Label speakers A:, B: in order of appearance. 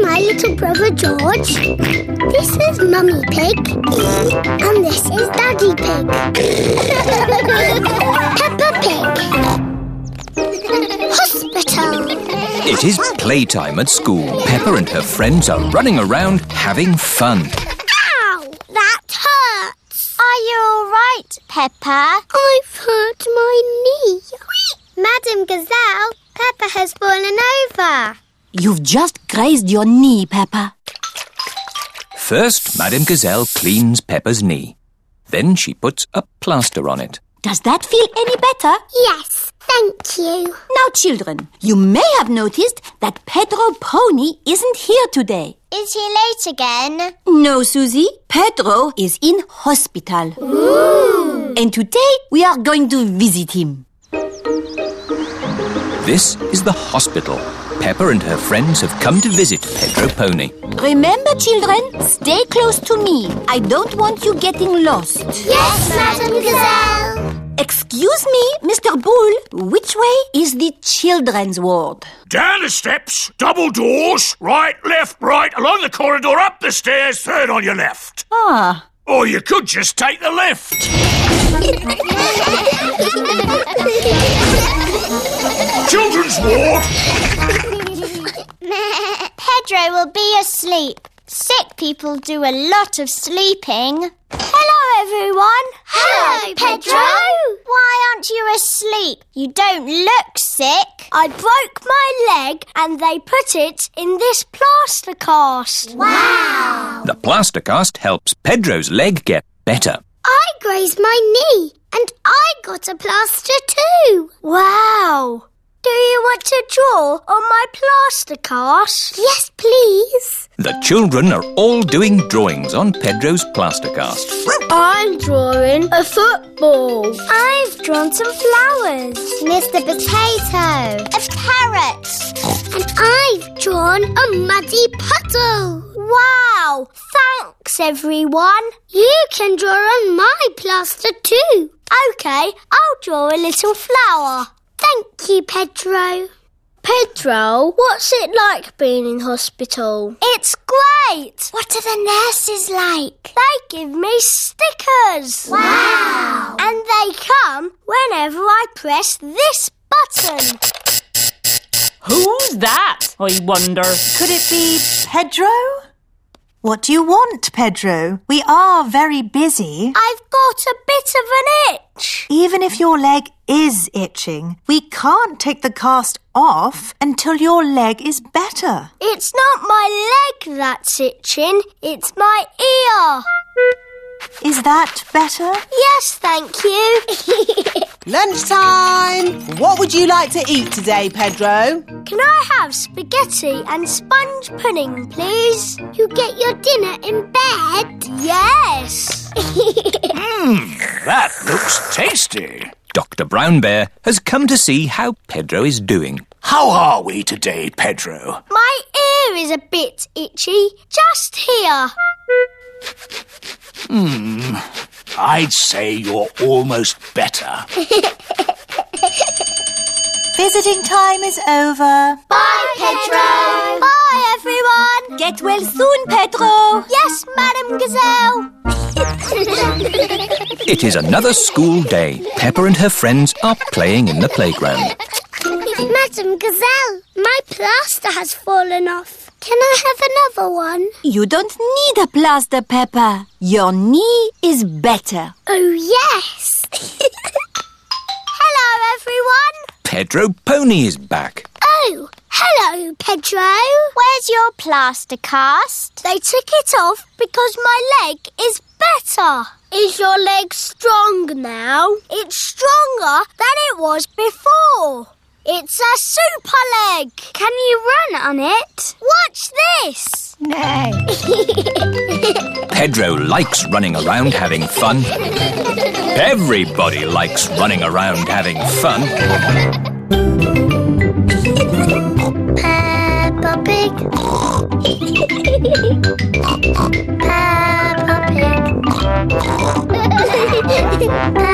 A: my little brother George. This is Mummy Pig. And this is Daddy Pig. Peppa Pig. Hospital.
B: It is playtime at school. Pepper and her friends are running around having fun.
A: Ow! That hurts.
C: Are you all right, Peppa?
A: I've hurt my knee.
C: Madam Gazelle, Peppa has fallen over.
D: You've just grazed your knee, Peppa.
B: First, Madame Gazelle cleans Peppa's knee. Then she puts a plaster on it.
D: Does that feel any better?
A: Yes, thank you.
D: Now, children, you may have noticed that Pedro Pony isn't here today.
C: Is he late again?
D: No, Susie. Pedro is in hospital. And today we are going to visit him.
B: This is the hospital. Pepper and her friends have come to visit Pedro Pony.
D: Remember, children, stay close to me. I don't want you getting lost.
A: Yes, Madam Gazelle.
D: Excuse me, Mr. Bull. Which way is the children's ward?
E: Down the steps, double doors, right, left, right, along the corridor, up the stairs, third on your left.
D: Ah,
E: Or you could just take the left. Children's ward!
C: Pedro will be asleep. Sick people do a lot of sleeping. Hello, everyone.
A: Hello, Pedro.
C: Why aren't you asleep? You don't look sick.
F: I broke my leg and they put it in this plaster cast.
B: The plaster cast helps Pedro's leg get better.
A: I grazed my knee and I got a plaster too.
F: Wow! Do you want to draw on my plaster cast?
A: Yes, please.
B: The children are all doing drawings on Pedro's plaster cast.
F: I'm drawing a football.
A: I've drawn some flowers
C: Mr. Potato. Of carrots.
A: and I've drawn a muddy puddle.
F: Wow! Thanks, everyone.
A: You can draw on my plaster too.
F: Okay, I'll draw a little flower.
A: Thank you, Pedro.
F: Pedro, what's it like being in hospital? It's great. What are the nurses like? They give me stickers. Wow. And they come whenever I press this button.
G: Who's that? I wonder.
H: Could it be Pedro? What do you want, Pedro? We are very busy.
F: I've got a bit of an itch.
H: Even if your leg is itching, we can't take the cast off until your leg is better.
F: It's not my leg that's itching, it's my ear.
H: Is that better?
F: Yes, thank you.
I: Lunchtime! What would you like to eat today, Pedro?
F: Can I have spaghetti and sponge pudding, please?
A: You get your dinner in bed.
F: Yes.
E: That looks tasty.
B: Dr. Brown Bear has come to see how Pedro is doing.
E: How are we today, Pedro?
F: My ear is a bit itchy, just here.
E: I'd say you're almost better.
H: Visiting time is over.
F: Bye, Pedro. Bye, everyone.
D: get well soon, Pedro.
F: Yes, Madam Gazelle.
B: It is another school day. Pepper and her friends are playing in the playground.
A: Madam Gazelle, my plaster has fallen off. Can I have another one?
D: You don't need a plaster, Peppa. Your knee is better.
A: Oh, yes.
F: Hello, everyone.
B: Pedro Pony is back.
A: oh, hello, Pedro.
C: Where's your plaster cast?
F: They took it off because my leg is better. Is your leg strong now? It's stronger than it was before. It's a super leg. Can you run on it? Watch this.
B: Pedro likes running around having fun. Everybody likes running around having fun.
A: Peppa Pig. Peppa Pig. Peppa